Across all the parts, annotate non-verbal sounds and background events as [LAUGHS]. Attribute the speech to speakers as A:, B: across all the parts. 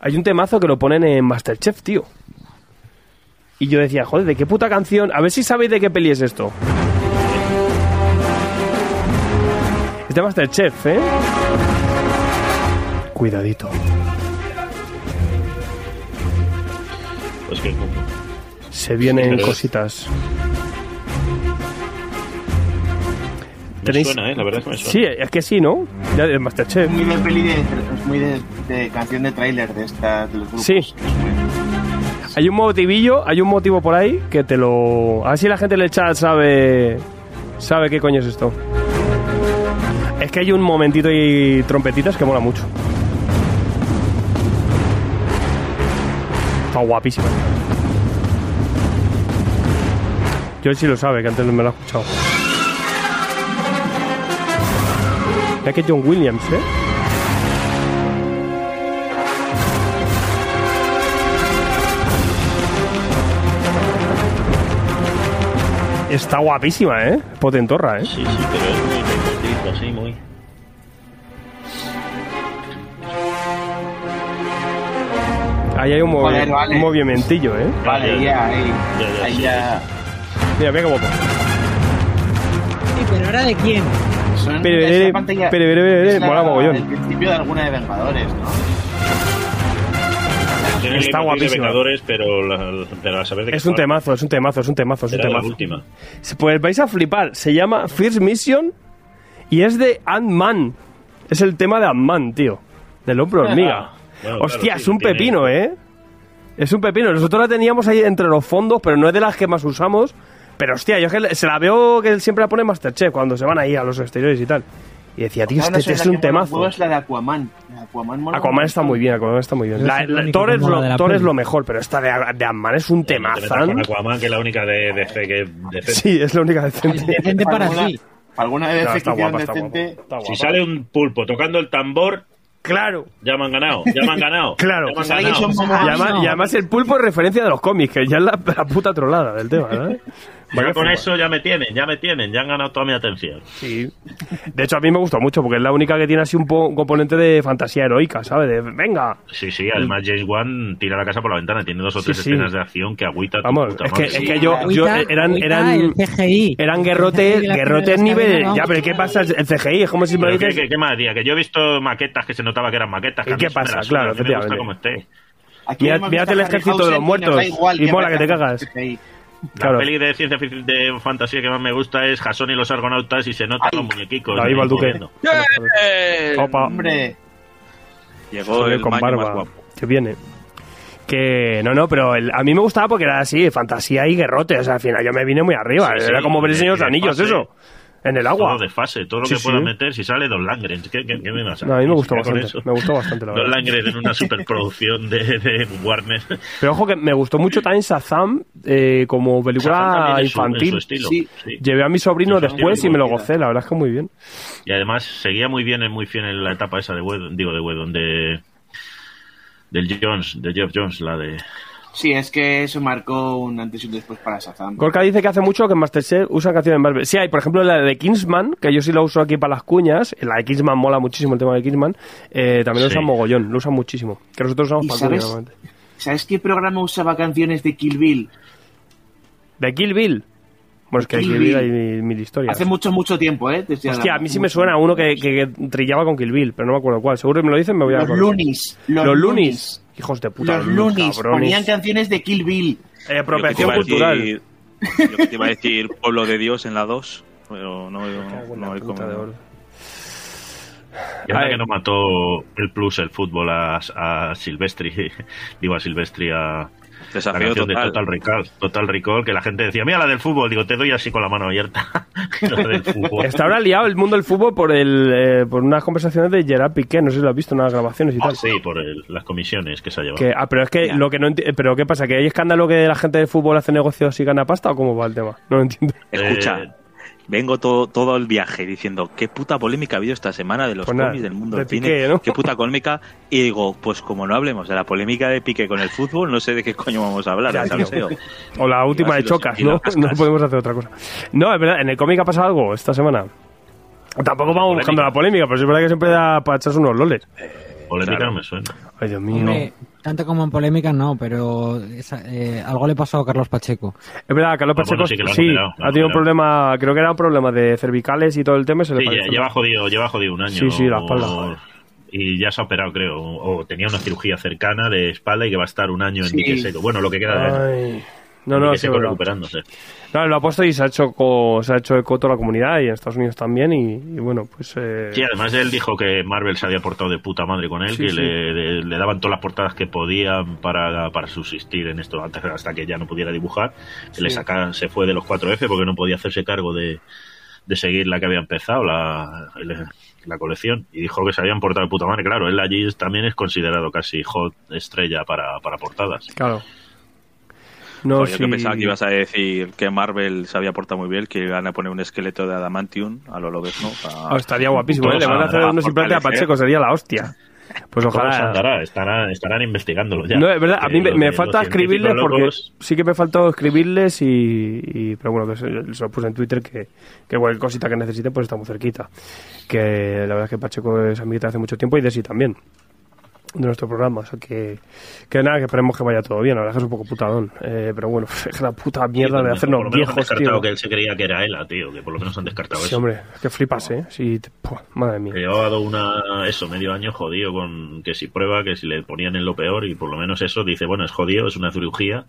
A: Hay un temazo que lo ponen en Masterchef, tío. Y yo decía, joder, ¿de qué puta canción? A ver si sabéis de qué peli es esto. Es de Masterchef, ¿eh? Cuidadito.
B: Pues que
A: Se vienen
B: Pero-
A: cositas.
B: me
A: Tenéis-
B: suena, ¿eh? La verdad es que me suena.
A: Sí, es que sí, ¿no? Ya de Masterchef.
C: Muy de peli de, es muy de, de canción de tráiler de estas de los grupos.
A: Sí. Hay un motivillo, hay un motivo por ahí que te lo. A ver si la gente en el chat sabe. sabe qué coño es esto. Es que hay un momentito y trompetitas que mola mucho. Está guapísima. Yo sí lo sabe, que antes no me lo ha escuchado. Mira que John Williams, ¿eh? Está guapísima, ¿eh? Potentorra, ¿eh?
B: Sí, sí, pero es muy cortito, así, muy.
A: Ahí hay un, movi-
C: Joder, vale.
A: un movimientillo, ¿eh?
C: Vale, ya, ahí.
B: Ya, ya,
C: ahí
B: sí,
C: ya.
A: Mira, mira qué guapo.
D: Sí, pero ahora de quién?
C: Son-
A: Pero,
C: esa
A: pero,
C: pantalla-
A: pero, pero, pero,
C: es la-
A: mola mogollón.
C: El principio de alguna de Vengadores, ¿no?
B: Tiene
A: Está
B: el emoji de
A: guapísima.
B: Vengadores, pero, la- pero a saber de qué
A: Es un
B: va.
A: temazo, es un temazo, es un temazo, es un
B: Será la
A: temazo.
B: última.
A: Pues vais a flipar. Se llama First Mission y es de Ant-Man. Es el tema de Ant-Man, tío. Del hombre hormiga.
B: Ah, bueno,
A: Hostia,
B: claro,
A: es
B: sí,
A: un
B: tiene-
A: pepino, ¿eh? Es un pepino. Nosotros la teníamos ahí entre los fondos, pero no es de las que más usamos. Pero hostia, yo es que se la veo que siempre la pone Masterchef cuando se van ahí a los exteriores y tal. Y decía, tío,
C: Ahora no
A: este,
C: sé,
A: es
C: la
A: un
C: que mola un
A: temazo.
C: huevo Es la de Aquaman. La de Aquaman, mola
A: Aquaman está muy bien, Aquaman está muy bien.
D: Pero
A: La,
D: es la
A: la-
D: única
A: Thor
D: que
A: es
D: mola
A: lo,
D: de la
A: Thor es
D: peli.
A: lo mejor, pero esta de, de Ant-Man es un
B: Te metas
A: temazán.
B: Con Aquaman, que es la única de, de fe que. de fe.
A: Sí, es la única decente.
D: Gente para
C: alguna,
D: sí.
C: Alguna vez
A: No,
C: que
A: está
C: hicieron
A: guapa, está guapa.
C: decente.
A: Está guapa.
B: Si sale un pulpo tocando el tambor,
A: Claro,
B: ya me han ganado. Ya me han
A: [LAUGHS]
B: ganado.
A: Claro.
B: Ya me han
A: Si
C: alguien
B: ganado.
C: son-
A: Y además, y además el pulpo es referencia de los cómics, que ya es la, la puta trolada del tema,
D: [LAUGHS]
A: ¿verdad?
B: Ya
A: Vaya
B: con
A: fuma.
B: eso ya me tienen, ya me tienen, ya han ganado toda mi atención.
A: Sí. De hecho, a mí me gusta mucho, porque es la única que tiene así un, po- un componente de fantasía heroica, ¿sabes? De, venga.
B: Sí, sí, además James Wan tira la casa por la ventana, tiene dos o
A: Mm. Sí,
B: tres
A: sí.
B: escenas de acción que agüita tu
A: Vamos,
B: puta
A: es que,
B: madre.
A: es que yo, yo-
D: Agüita,
A: eh, eran,
D: agüita,
A: eran,
D: el CGI.
A: eran
D: El
A: guerrotes,
D: CGI de la
A: guerrotes
D: primera
A: nivel.
D: escalera,
A: Ya, pero ¿qué pasa? El CGI es como si me
B: Pero que,
A: dices.
B: que, ¿Qué más, tía? Que yo he visto maquetas que se notaba que eran maquetas.
A: ¿Y
B: que a mí
A: qué
B: eso me
A: pasa?
B: la suda,
A: Claro,
B: a mí me gusta
A: efectivamente.
B: como esté.
C: Aquí
A: Mirad-
C: hemos
A: mirad
C: visto
A: el
C: a
A: ejército de los
C: Harryhausen y nos da
A: muertos.
C: igual
A: Y
C: que este
A: mola que te
C: metan
A: cagas.
C: CGI.
A: Claro.
B: La peli de ciencia ficción de fantasía que más me gusta es Jason y los argonautas y se notan los muñequicos.
A: David
B: ahí
A: Balduque.
B: corriendo.
A: Opa.
C: Hombre,
E: Llegó
A: Joder,
E: el
A: con
E: maño más
A: barba
E: guapo.
A: que viene. Que no, no, pero el- a mí me gustaba porque era así, fantasía y guerrote. O sea, al final yo me vine muy arriba.
B: Sí, sí,
A: era como ver el
B: y-
A: Señor de los
B: y de
A: Anillos,
B: fase.
A: eso. En el agua.
B: Todo de fase, todo lo
A: Sí,
B: que
A: sí.
B: pueda meter. Si sale Don Langren, ¿qué, qué, qué me vas a
A: No, a mí me
B: decir?
A: gustó
B: Ya con
A: bastante.
B: eso.
A: Me gustó bastante,
B: [LAUGHS]
A: la
B: Don
A: verdad.
B: Langren en
A: [LAUGHS]
B: una superproducción de, de Warner. [LAUGHS]
A: Pero ojo que me gustó mucho también Shazam eh, como película
B: También en su- en
A: infantil.
B: su estilo,
C: Sí.
B: sí.
A: Llevé a mi sobrino
B: Shazam
A: después y
B: tiene
A: me lo
C: movida.
A: gocé, la verdad es que muy bien.
B: Y además seguía muy bien, muy fiel en la etapa esa de Whedon, digo de Whedon, de del Jones, de Jeff Jones, la de
C: sí, es que eso marcó un antes y un después para Shazam.
A: Gorka dice que hace mucho que en Masterchef usan canciones Marvel. Sí, hay, por ejemplo, la de Kingsman, que yo sí la uso aquí para las cuñas. La de Kingsman mola muchísimo el tema de Kingsman. Eh, también lo
B: Sí.
A: usan mogollón, lo usan muchísimo. Que nosotros usamos
C: ¿Y
A: para cuñas
C: sabes?
A: normalmente.
C: ¿Sabes qué programa usaba canciones de Kill Bill?
A: ¿De Kill Bill? Bueno, es que de
C: Kill
A: Kill Bill
C: Bill.
A: hay mil, mil historias.
C: Hace mucho, mucho tiempo, ¿eh? Te estoy
A: Hostia, a
C: hablando.
A: mí sí me suena uno que, que- que trillaba con Kill Bill, pero no me acuerdo cuál. Seguro que me lo dicen, me voy a
C: Los
A: acordar.
C: Lunis. Los,
A: Los
C: Lunis.
A: Lunis. Hijos de puta.
C: los Lunis.
A: cabrones.
C: Ponían canciones de Kill
A: Eh,
C: Bill.
E: Yo que te
A: apropiación
E: iba a
A: cultural.
E: decir- Yo que te iba a [LAUGHS] decir Pueblo de Dios en la 2, pero no, no,
A: Cago
E: no,
A: en la
E: he
A: puta de
E: comido.
A: oro.
B: Y anda que no mató el plus el fútbol a, a Silvestri, [LAUGHS] digo a Silvestri a la
E: Desafío
B: canción de
E: total.
B: Total Recall, Total Recall, que la gente decía, mira la del fútbol, digo, te doy así con la mano abierta. [LAUGHS] la del fútbol.
A: Está ahora liado el mundo del fútbol por el eh, por unas conversaciones de Gerard Piqué, no sé si lo has visto en las grabaciones y
B: Ah,
A: tal.
B: sí, por el- las comisiones que se ha llevado.
A: Que, ah, pero es que
E: Ya.
A: lo que no enti- pero qué pasa que hay escándalo que la gente del fútbol hace negocios y gana pasta o cómo va el tema. No lo entiendo.
E: Escucha,
B: Eh,
E: vengo todo, todo el viaje diciendo qué puta polémica ha habido esta semana de los
A: Pues nada,
E: cómics del mundo
A: de
E: del cine,
A: Piqué, ¿no?
E: qué puta polémica. Y digo, pues como no hablemos de la polémica de Piqué con el fútbol, no sé de qué coño vamos a hablar.
A: Ya,
E: al
A: tío.
E: salseo.
A: O la última de
E: vas y los-
A: chocas,
E: y
A: ¿no?
E: las cascas.
A: No podemos hacer otra cosa. No, es verdad, en el cómic ha pasado algo esta semana. Tampoco vamos
B: Polémica.
A: buscando la polémica, pero sí es verdad que siempre da para echarse unos loles.
B: polémica
E: claro.
B: no me suena.
A: Ay, Dios mío.
D: Hombre, tanto como en polémicas no, pero esa- eh, algo le pasó a Carlos Pacheco.
A: Es verdad, Carlos
B: Ah, bueno,
A: Pacheco
B: sí que lo han
A: sí,
B: operado, lo
A: ha
B: han
A: tenido un
B: operado.
A: problema, creo que era un problema de cervicales y todo el tema. y Se le
B: Sí,
A: paralizó
B: ya-
A: la-
B: lleva jodido, lleva jodido un año.
A: Sí, sí, la espalda.
B: o- y ya se ha operado, creo. O, o tenía una cirugía cercana de espalda y que va a estar un año en
C: Sí.
B: dique seco. Bueno, lo que queda de año.
A: Ay. No,
B: En
A: no,
B: dique
A: sí,
B: seco
A: verdad.
B: recuperándose.
A: No, lo ha puesto y se ha hecho, co- se ha hecho eco toda la comunidad y en Estados Unidos también. Y, y bueno, pues. eh,
B: Sí, además él dijo que Marvel se había portado de puta madre con él,
A: Sí,
B: que
A: sí.
B: Le, le- le daban todas las portadas que podían para, para subsistir en esto antes hasta que ya no pudiera dibujar. Se Le
A: Sí.
B: saca, se fue de los 4F porque no podía hacerse cargo de, de seguir la que había empezado, la, el- la colección. Y dijo que se habían portado de puta madre. Claro, él allí también es considerado casi hot estrella para, para portadas.
A: Claro. No,
E: Joder, yo
A: sí.
E: que pensaba que ibas a decir que Marvel se había portado muy bien, que iban a poner un esqueleto de Adamantium a lo Lobezno.
A: Ah, estaría guapísimo, ¿eh?
E: Todos
A: Le van a
E: andará
A: hacer
E: a ¿eh?
A: unos implantes a
E: fortalecer.
A: Pacheco, sería la hostia. Pues
B: ¿Cómo se
A: ojalá.
B: andará? Estarán, estarán investigándolo ya.
A: No, es verdad, a
B: Que
A: mí me,
B: los-
A: me
B: los
A: falta escribirles porque
B: científicos
A: sí que me faltó escribirles y, y- pero bueno, que se, se lo puse en Twitter que, que cualquier cosita que necesiten pues estamos cerquita. Que la verdad es que Pacheco es amiguita de hace mucho tiempo y de sí también, de nuestro programa. O sea que, que nada, que esperemos que vaya todo bien. La verdad es que es un poco putadón, eh, pero bueno, [LAUGHS] es la puta mierda de
B: también, por
A: hacernos
B: lo menos han
A: viejos,
B: descartado
A: tío.
B: que él se creía que era Ela, tío, que por lo menos han descartado
A: Sí,
B: eso.
A: hombre, es que flipas, ¿eh? Sí, te- puah, madre mía.
B: Que llevaba una, eso, medio año jodido con que si prueba, que si le ponían en lo peor y por lo menos eso dice, bueno, es jodido, es una cirugía,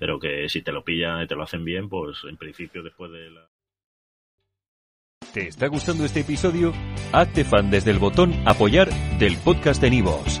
B: pero que si te lo pillan y te lo hacen bien, pues en principio después de la...
F: ¿Te está gustando este episodio? Hazte fan desde el botón Apoyar del podcast de Nivos.